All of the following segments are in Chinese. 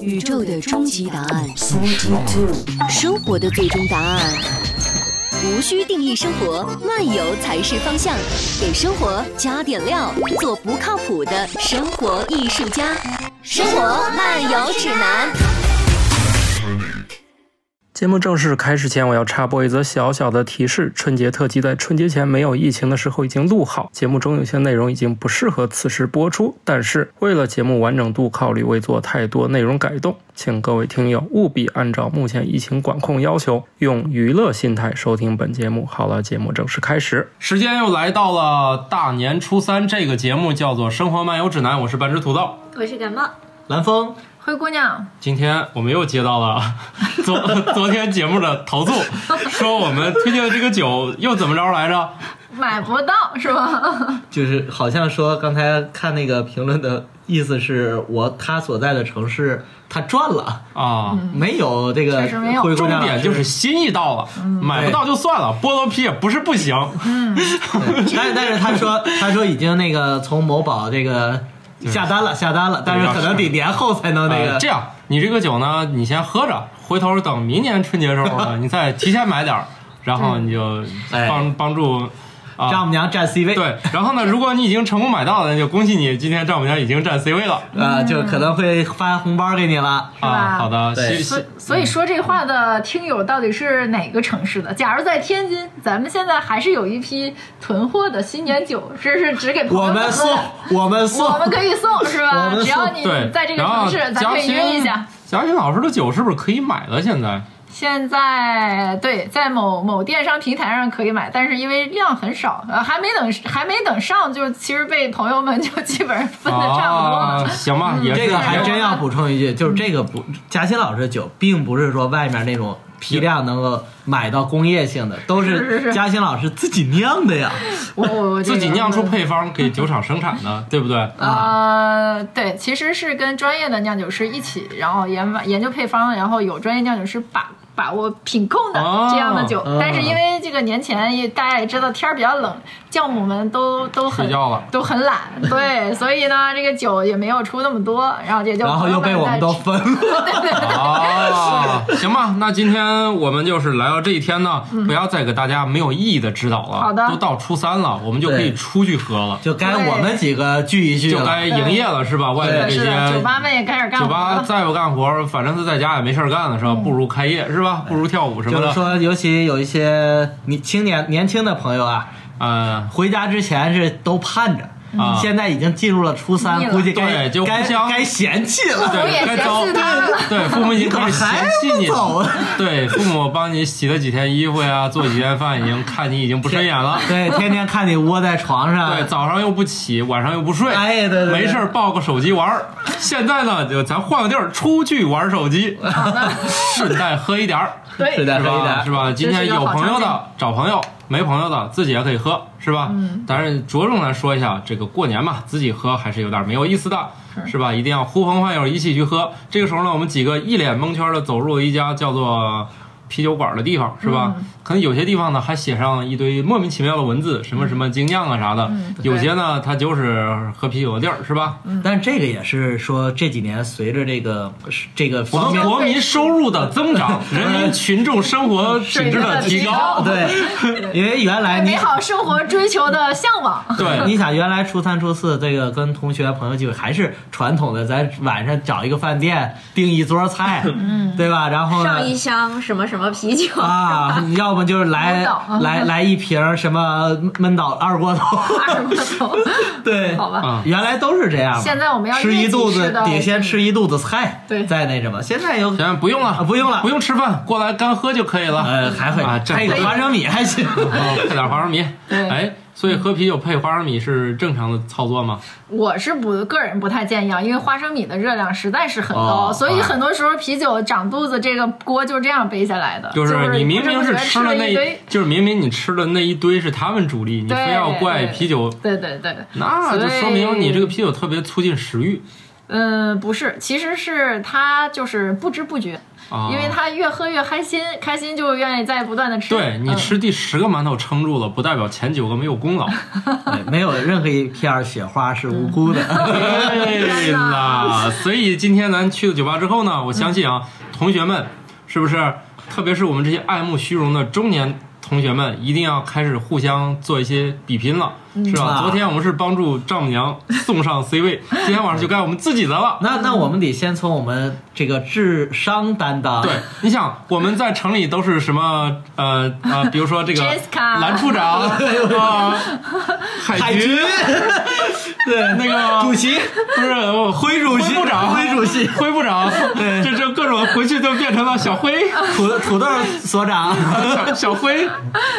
宇宙的终极答案，生活的最终答案。无需定义生活，漫游才是方向。给生活加点料，做不靠谱的生活艺术家。生活漫游指南。节目正式开始前，我要插播一则小小的提示：春节特辑在春节前没有疫情的时候已经录好，节目中有些内容已经不适合此时播出。但是为了节目完整度考虑，未做太多内容改动，请各位听友务必按照目前疫情管控要求，用娱乐心态收听本节目。好了，节目正式开始。时间又来到了大年初三，这个节目叫做《生活漫游指南》，我是半只土豆。我是感冒。蓝峰，灰姑娘，今天我们又接到了 昨昨天节目的投诉，说我们推荐的这个酒又怎么着来着？买不到是 吧？就是好像说刚才看那个评论的意思是我他所在的城市他赚了，啊，没有这个嗯确实没有灰姑重娘点就是心意到嗯了，买不到就算了，菠萝批也不是不行。对 但但是他说他说已经那个从某宝这个下单了下单了，但是可能得年后才能那呃个这样，你这个酒呢，你先喝着，回头等明年春节时候 呢，你再提前买点儿，然后你就哎帮帮助啊。丈母娘占 C 位，对，然后呢？如果你已经成功买到了，那就恭喜你，今天丈母娘已经占 C 位了啊，就可能会发红包给你了。啊！吧好的，嗯对谢所谢。所以说这话的听友到底是哪个城市的？假如在天津，咱们现在还是有一批囤货的新年酒，这是只给朋我友们送，我们送， 我们可以送是我吧？们送只要你对，在这个然城后市，咱贾可以平约一下。。贾平老师的酒是不是可以买了？现在现在对，在某某电商平台上可以买，但是因为量很少，呃，还没等还没等上，就其实被朋友们就基本上分的差不多嗯了。啊，行吧，也是这个还也真要补充一句，就是这个不，嘉欣老师的酒并不是说外面那种批量能够买到工业性的，都是是是是嘉欣老师自己酿的呀。我我自己酿出配。配方给酒厂生产的，对不对？啊呃，对，其实是跟专业的酿酒师一起，然后研发研究配方，然后有专业酿酒师把把握品控的哦这样的酒。嗯但是因为这个年前也大家也知道天儿比较冷，酵母们都都很睡觉了都很懒，对，所以呢这个酒也没有出那么多，然后也就然后又被我们都朋分了。友们在吃哦， 行吧，那今天我们就是来到这一天呢，不要再给大家没有意义的指导了。嗯好的都到初三了，我们就可以对出去喝了，就该我们几个聚一聚就了。该营业了，是吧？外面对这是的，酒些吧们也开始干活酒嗯吧了。再不干活，反正是在家也没事儿干了，是吧？不如开业，是吧？不如跳舞什么就是的。说，尤其有一些你青年年轻的朋友啊，嗯，回家之前是都盼着，啊现在已经进入了初三腻，了估计对该就互该相该嫌弃了。我也嫌对，该弃走他们了。对，父母已经开始嫌弃你你干嘛还不走了啊。对，父母帮你洗了几天衣服呀，做几天饭，已经看你已经不顺眼了。 对，天天看你窝在床上对，，早上又不起，晚上又不睡，啊哎对对对没事儿抱个手机玩儿。现在呢，就咱换个地儿出去玩手机，啊顺带喝一点儿，对，是的，是是吧？的，是吧？今天有朋友的找朋友，没朋友的自己也可以喝，是吧？嗯。但是着重来说一下，这个过年嘛，自己喝还是有点没有意思的，是吧？一定要呼朋唤友一起去喝。这个时候呢，我们几个一脸蒙圈的走入了一家叫做。啤酒馆的地方是吧？可能有些地方呢还写上一堆莫名其妙的文字，什么什么精酿啊啥的。有些呢，它就是喝啤酒的地儿是吧？但这个也是说这几年随着这个这个我方们面，国民收入的增 长，人民群众生活品质的提高，对， 因为原来美你好生活追求的向往。对， 你想原来初三初四这个跟同学朋友聚会还是传统的，咱晚上找一个饭店订一桌菜，嗯，对吧？然后呢上一箱什么什么啤酒，啊，要不就是来闷倒嗯来来一瓶什么闷倒二锅 头，二锅 头，对，好吧啊原来都是这样嘛。现在我们要吃越一级肚吃子的得先吃一肚子菜，对再那什么。现在有行，不用了，啊不用了不用吃饭，过来干喝就可以了。呃还会啊，这配个花生米还行。哦配点花生米。对哎，所以喝啤酒配花生米是正常的操作吗？我是不个人不太建议啊，因为花生米的热量实在是很高，哦所哎以很多时候啤酒长肚子这个锅就这样背下来的。就是是你明不知明不是觉吃吃了那一堆，，就是明明你吃的那一堆是他们主力，你对非要怪啤酒，对对对，那就说明你这个啤酒特别促进食欲。嗯，不是，其实是他就是不知不觉，啊，因为他越喝越开心，开心就愿意再不断的吃。对你嗯吃第十个馒头撑住了，不代表前九个没有功劳。 对没有任何一片雪花是无辜的。嗯 对啦，所以今天咱去了酒吧之后呢，我相信啊，同学们是不是，特别是我们这些爱慕虚荣的中年同学们，一定要开始互相做一些比拼了，是吧？啊昨天我们是帮助丈母娘送上 C 位，今天晚上就该我们自己的了。 那那我们得先从我们这个智商担当，对，你想我们在城里都是什么呃呃，比如说这个 Jessica 蓝 处长啊，海海军军， 对那 个主席，不是我灰主 席灰部长，灰主席灰部长， 这这各种回去都变成了小灰， 土土豆所长，小小灰，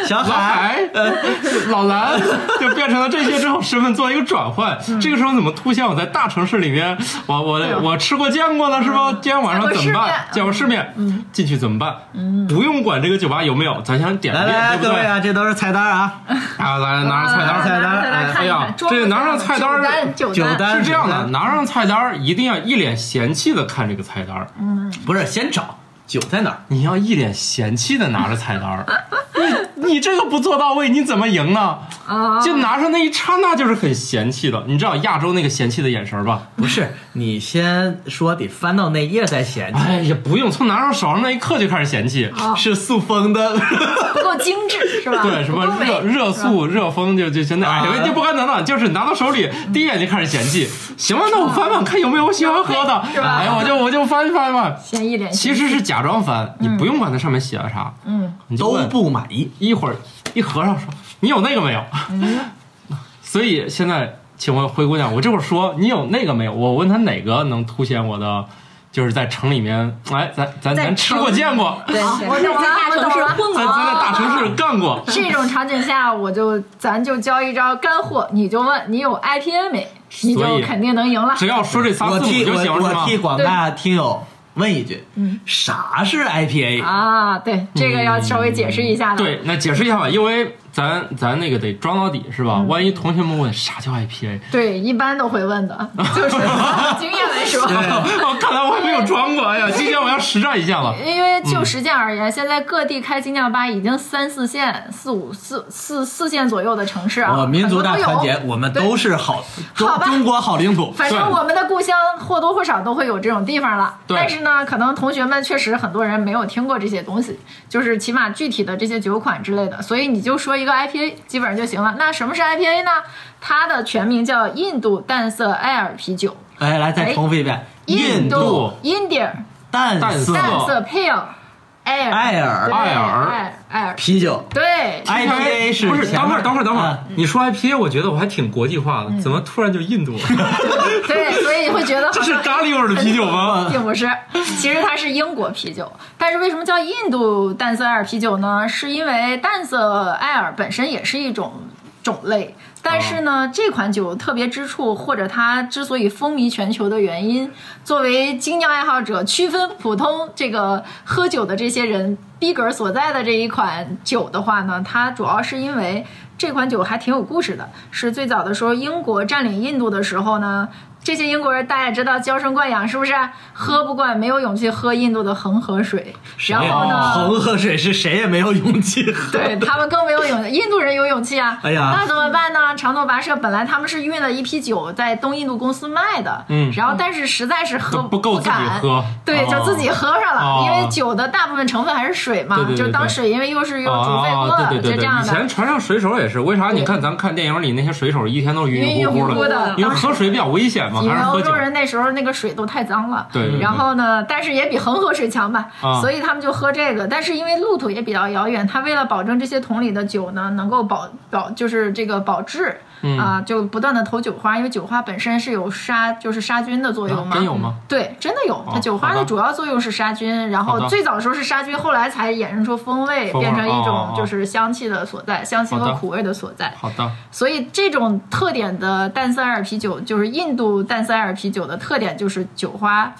小老海，海， 老蓝，就变成了这些之后，身份做了一个转换。这个时候怎么凸显我在大城市里面，我我我吃过见过了是吧？今天晚上怎么办？见见过世面，进去怎么办？不用管这个酒吧有没有，咱先点来一来遍，来，对不各位对？啊，这都是菜单啊，啊，来拿着菜单啊儿，菜单拿着看哎一哎看呀桌这子拿上上菜单儿酒酒单，单是这样的，酒单拿上菜单儿一定要一脸嫌弃的看这个菜单儿。不是先找酒在哪儿？你要一脸嫌弃的拿着菜单儿， 你你这个不做到位，你怎么赢呢？啊，就拿上那一刹那就是很嫌弃的，你知道亚洲那个嫌弃的眼神儿吧？不 是你先说得翻到那页再嫌弃，哎呀，不用，从拿上手上那一刻就开始嫌弃。啊是塑封的， 不够精致是吧？对，什么不够美热热速热风就就现在，哎啊呀，就不敢等了，就是拿到手里第一眼就开始嫌弃。行吧，那我翻翻看有没有我喜欢喝的，啊是吧哎，我就我就翻一 翻吧。先一脸其实是假装翻，你不用管它上面写了啥，嗯，你就都问不满意。一会儿一合上说你有那个没有？ 所以现在请问灰姑娘，我这会儿说你有那个没有？我问她哪个能凸显我的，就是在城里面，哎，咱咱咱吃过见过，对，我懂了我懂了混咱咱在大城市干过。这种场景下，我就咱就教一招干货，你就问你有 IPA 没，你所就以肯定能赢了。只要说这仨我字母替就行我是吗我？替广大听友问一句，嗯啥是 IPA？啊，对，这个要稍微解释一下嗯的。对，那解释一下吧，因为咱咱那个得装到底是吧？万一同学们问啥叫 IPA，对，一般都会问 的，就是经验来说。我哦看来我还没有装过，哎呀，今天我要实战一下了。因嗯为就实践而言，现在各地开精酿吧已经三四线、四五四四四线左右的城市啊，我哦民族大很多团都有结，我们都是好中好吧中国好领土。反正我们的故乡或多或少都会有这种地方了，对但是呢，可能同学们确实很多人没有听过这些东西，就是起码具体的这些酒款之类的，所以你就说一个 IPA 基本上就行了。那什么是 IPA 呢？它的全名叫印度淡色艾尔啤酒，哎，来再哎重复一遍，印度 Indian 淡淡色淡色 Pale Ale 艾尔对艾尔艾艾尔啤酒对。哎，IPA 是不是？前等会面儿，等会儿，等会儿啊，你说 IPA，我觉得我还挺国际化的，怎么突然就印度？对，所以你会觉得好这是像咖喱味儿的啤酒吗？ 并不是，其实它是英国啤酒，但是为什么叫印度淡色艾尔啤酒呢？是因为淡色艾尔本身也是一种种类，但是呢，哦这款酒特别之处或者它之所以风靡全球的原因，作为精酿爱好者区分普通这个喝酒的这些人逼格所在的这一款酒的话呢，它主要是因为。这款酒还挺有故事的，是最早的时候英国占领印度的时候呢，这些英国人大家也知道娇生惯养，是不是？喝不惯，没有勇气喝印度的恒河水，然后呢？哎恒河水是谁也没有勇气喝对的。他们更没有 勇，印度人有勇气啊！哎呀那怎么办呢？长途跋涉，本来他们是运了一批酒在东印度公司卖的，嗯然后但是实在是喝都不够自己敢喝对，就自己喝上了，哦因为酒的大部分成分还是水嘛，对对对啊就当水，因为又是用煮沸过了，对对就对这样对，的。以前船上水手也是，为啥？你看咱看电影里那些水手一天都是晕晕晕乎乎乎的因为喝水比较危险嘛，因还为是欧喝酒洲。人那时候那个水都太脏了，对对对然后呢，但是也比恒河水强吧，啊所以他们就喝这个。但是因为路途也比较遥远，他为了保证这些桶里的酒呢能够保保，就是这个保质。嗯啊，就不断的投酒花，因为酒花本身是有杀，就是杀菌的作用嘛。啊真有吗？哦对，真的有。它酒花好的的主要作用是杀菌，然好后的最早的时候是杀菌，后来才衍生出风味，风味变成一哦哦种哦就是香气的所在，香气好和的苦味的所在。好的，所以这种特点的淡色艾尔啤酒，就是印度淡色艾尔啤酒的特点，就是酒花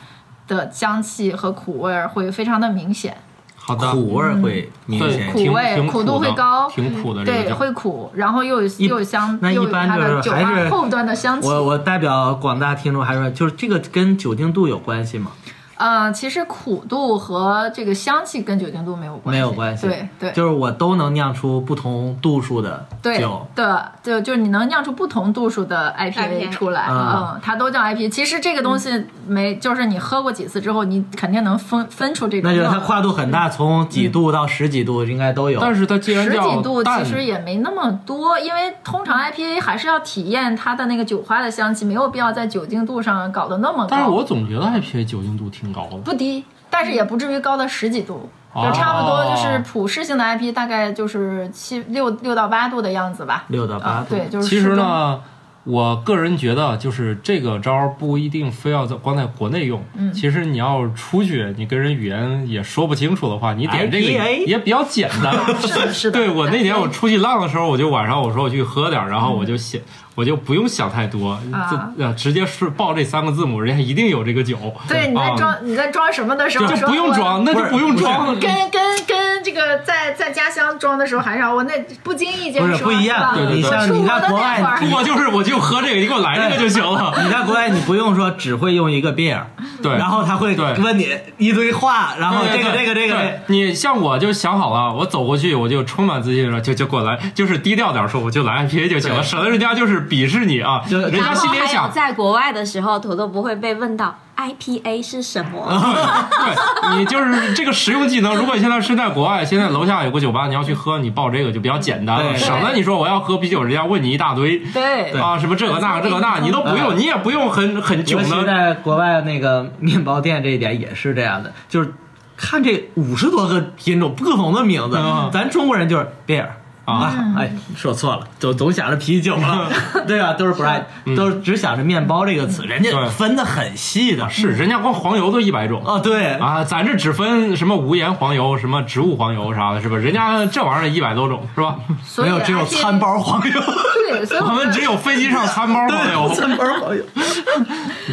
的香气和苦味儿会非常的明显。嗯好的，苦味儿会明对，显。挺苦味挺苦度的会高挺苦的这个对，酒。会苦，然后又有一又有香，那一又有般它就是的酒还是吧后端的香气。我我代表广大听众还说，就是这个跟酒精度有关系吗？呃，其实苦度和这个香气跟酒精度没有关系，没有关系，对对，就是我都能酿出不同度数的对酒。的，就就是你能酿出不同度数的 IPA IPA 出来，啊嗯，它都叫 IPA。其实这个东西没，就是你喝过几次之后，你肯定能分分出这种那就料是来。它跨度很嗯大，从几度到十几度应该都有。但是它既然十几叫度淡其，实也没那么多，因为通常 IPA 还是要体验它的那个酒花的香气，没有必要在酒精度上搞得那么高。但是我总觉得 IPA 酒精度挺高的。不低，但是也不至于高到十几度，哦就差不多就是普适性的 IP 大概就是七六六到八度的样子吧。六到八啊，度，对，就是其适实中，呢，我个人觉得就是这个招儿不一定非要在光在国内用。嗯，其实你要出去，你跟人语言也说不清楚的话，你点这个 IPA 也也比较简单。哎 是的，是的。 哎对我那天我出去浪的时候，我就晚上我说我去喝点儿，然后我就想我就不用想太多，嗯啊这呃直接是报这三个字母，人家一定有这个酒。对你在啊装、你在装什么的时候就说不用我装，那就不用装。跟跟跟这个在在家乡装的时候还是要我那不经意间不是说不一样啊对对你对像出你国在的国那会外，儿你我就是我就喝这个，你给我来这个就行了。你在国外你不用说只会用一个 beer，对然后他会对问你一堆话，然后啊这对个这对个这对个，你像我就想好了，我走过去我就充满自信了，就就过来，就是低调点儿说我就来 IPA 就行了，对省得人家就是鄙视你啊，就人人家然后心里也还有想。在国外的时候，坨坨不会被问到 IPA 是什么， 对你就是这个实用技能，如果你现在身在国外，现在楼下有个酒吧，你要去喝，你报这个就比较简单了，对省得你说我要喝啤酒，人家问你一大堆对对啊，什么这个那个这个那，你都不用，你也不用很很尤囧其的。在国外那个面包店这一点也是这样的，就是看这五十多个品种不同的名字，嗯咱中国人就是 beer。啊，嗯哎，说错了，总总想着啤酒了，嗯对啊，都是 bread，都是只想着面包这个词，人家对分的很细的，是人家光黄油都一百种。哦，对， 啊，咱这只分什么无盐黄油、什么植物黄油啥的，是吧？人家这玩意儿一百多种，是吧？所没以有只有 IPA 餐包黄 油，对，所以我们只有飞机上餐包黄油。餐包黄油，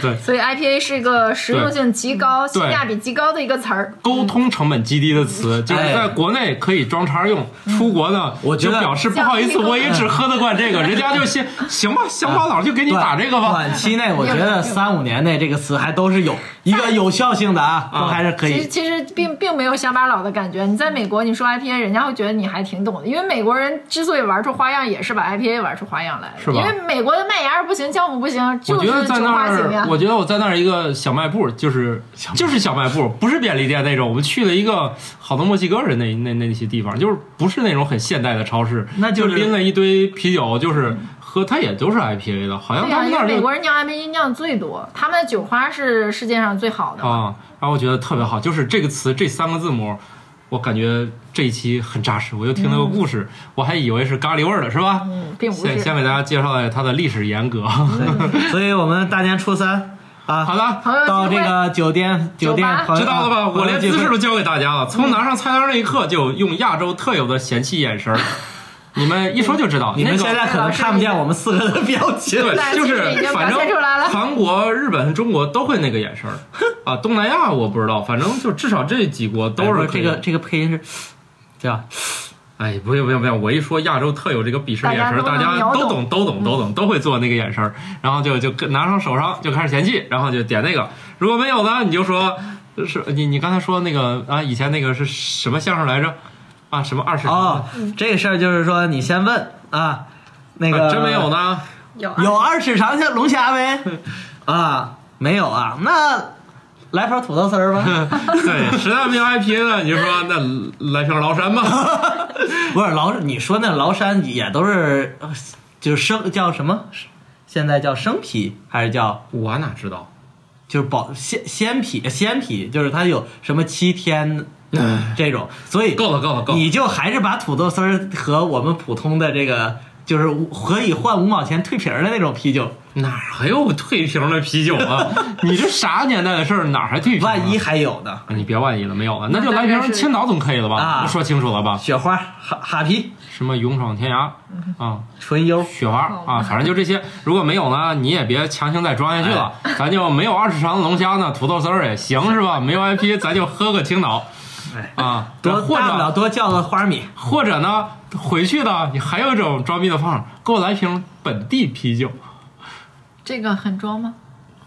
对，所以 IPA 是一个实用性极高、性嗯对价比极高的一个词儿。沟通成本极低的词，就是在国内可以装叉用，出国呢，哎嗯我觉就得表示不好意思，像那个我也只喝得惯这个，人家就先行吧，乡巴佬就给你打这个吧。短期内，我觉得三五年内这个词还都是有一个有效性的啊，啊都还是可其实 以。其实并并没有乡巴佬的感觉。你在美国，你说 IPA，人家会觉得你还挺懂的，因为美国人之所以玩出花样，也是把 IPA 玩出花样来的。是吧因为美国的麦芽不行，酵母不行，就我觉得是在酒那花行儿呀，。我觉得我在那儿一个小卖部，就是就是小卖部，不是便利店那种。我们去了一个好多墨西哥人那那那些地方，就是不是那种很现代的超市，那就嗯就是拎了一堆啤酒，就是喝，它也都是 IPA 的，好像对他呀、们因为那儿美就国人酿 IPA 酿最多，他们的酒花是世界上最好的。啊，然后我觉得特别好，就是这个词这三个字母，我感觉这一期很扎实。我又听了个故事，我还以为是咖喱味儿的，是吧？嗯，并不先先是。给大家介绍一下它的历史沿革。所以我们大年初三 好啊，的，朋友聚到会这个酒店酒店酒吧朋友知道了吧？朋友我连聚姿会势都教给大家了。从拿上菜单那一刻，就用亚洲特有的嫌弃眼神儿，你们一说就知道。你们那个现在可能看不见我们四个人的表情。 对，就已是经反表正现出来了韩国、日本、中国都会那个眼神儿啊。东南亚我不知道，反正就至少这几国都哎是不这个。这个配音 是这样，哎，不用不用不用，我一说亚洲特有这个鄙视眼神儿，大大家都家能秒懂都懂都懂都懂，都会做那个眼神儿，然后就就拿上手上就开始嫌弃，然后就点那个。如果没有呢，你就说是你你刚才说那个啊，以前那个是什么相声来着？啊，什么二十哦，这事儿就是说你先问啊，那个、啊真没有，呢？有啊有二尺长龙虾没？啊，没有啊，那来盘土豆丝儿 吧。对，实在不行 IPA 呢，你就说那来瓶崂山 吧。不是崂，你说那崂山也都是，呃就是生叫什么？现在叫生啤还是叫我哪知道？就是保鲜鲜啤？鲜啤就是它有什么七天这种，所以够了够了够了！你就还是把土豆丝儿和我们普通的这个，就是可以换五毛钱退瓶儿的那种啤酒，哪儿还有退瓶的啤酒啊？你这啥年代的事儿，哪儿还退瓶啊？万一还有呢？啊你别万一了，没有了，那就来瓶青岛总可以了吧？啊说清楚了吧？雪花、哈哈啤、什么勇闯天涯嗯啊，纯优，雪花啊，反正就这些。如果没有呢，你也别强行再装下去了，哎咱就没有二十长龙虾呢，土豆丝儿也行是吧？没有 IP，咱就喝个青岛。啊，哎多或大不了者多叫个花生米，或者呢，回去呢，你还有一种装逼的方法，给我来瓶本地啤酒。这个很装吗？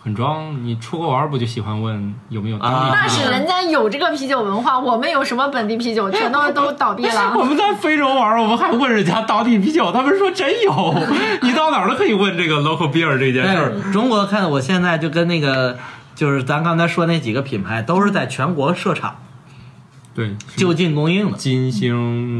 很装，你出国玩不就喜欢问有没有当地啊那啤酒？。是人家有这个啤酒文化，我们有什么本地啤酒，全都都倒闭了 啊我们在非洲玩，我们还问人家当地啤酒，他们说真 有。你到哪儿都可以问这个 local beer 这件事儿。对，中国看我现在就跟那个，就是咱刚才说那几个品牌，都是在全国设厂对，就近供应的。金星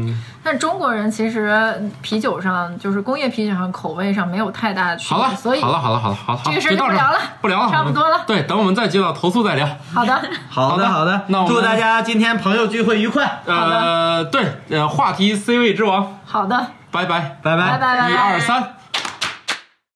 嗯但中国人其实啤酒上就是工业啤酒上口味上没有太大的区好了，别，嗯所以好了，好了，好了，好了，这个事儿就就到不这聊儿了不聊了，差我们不多了对，等我们再接到投诉再聊。好的，好的，好好的的，那我们嗯祝大家今天朋友聚会愉快，呃，对，呃，话题 C 位之王，好的，拜拜，拜拜拜拜一拜。二三。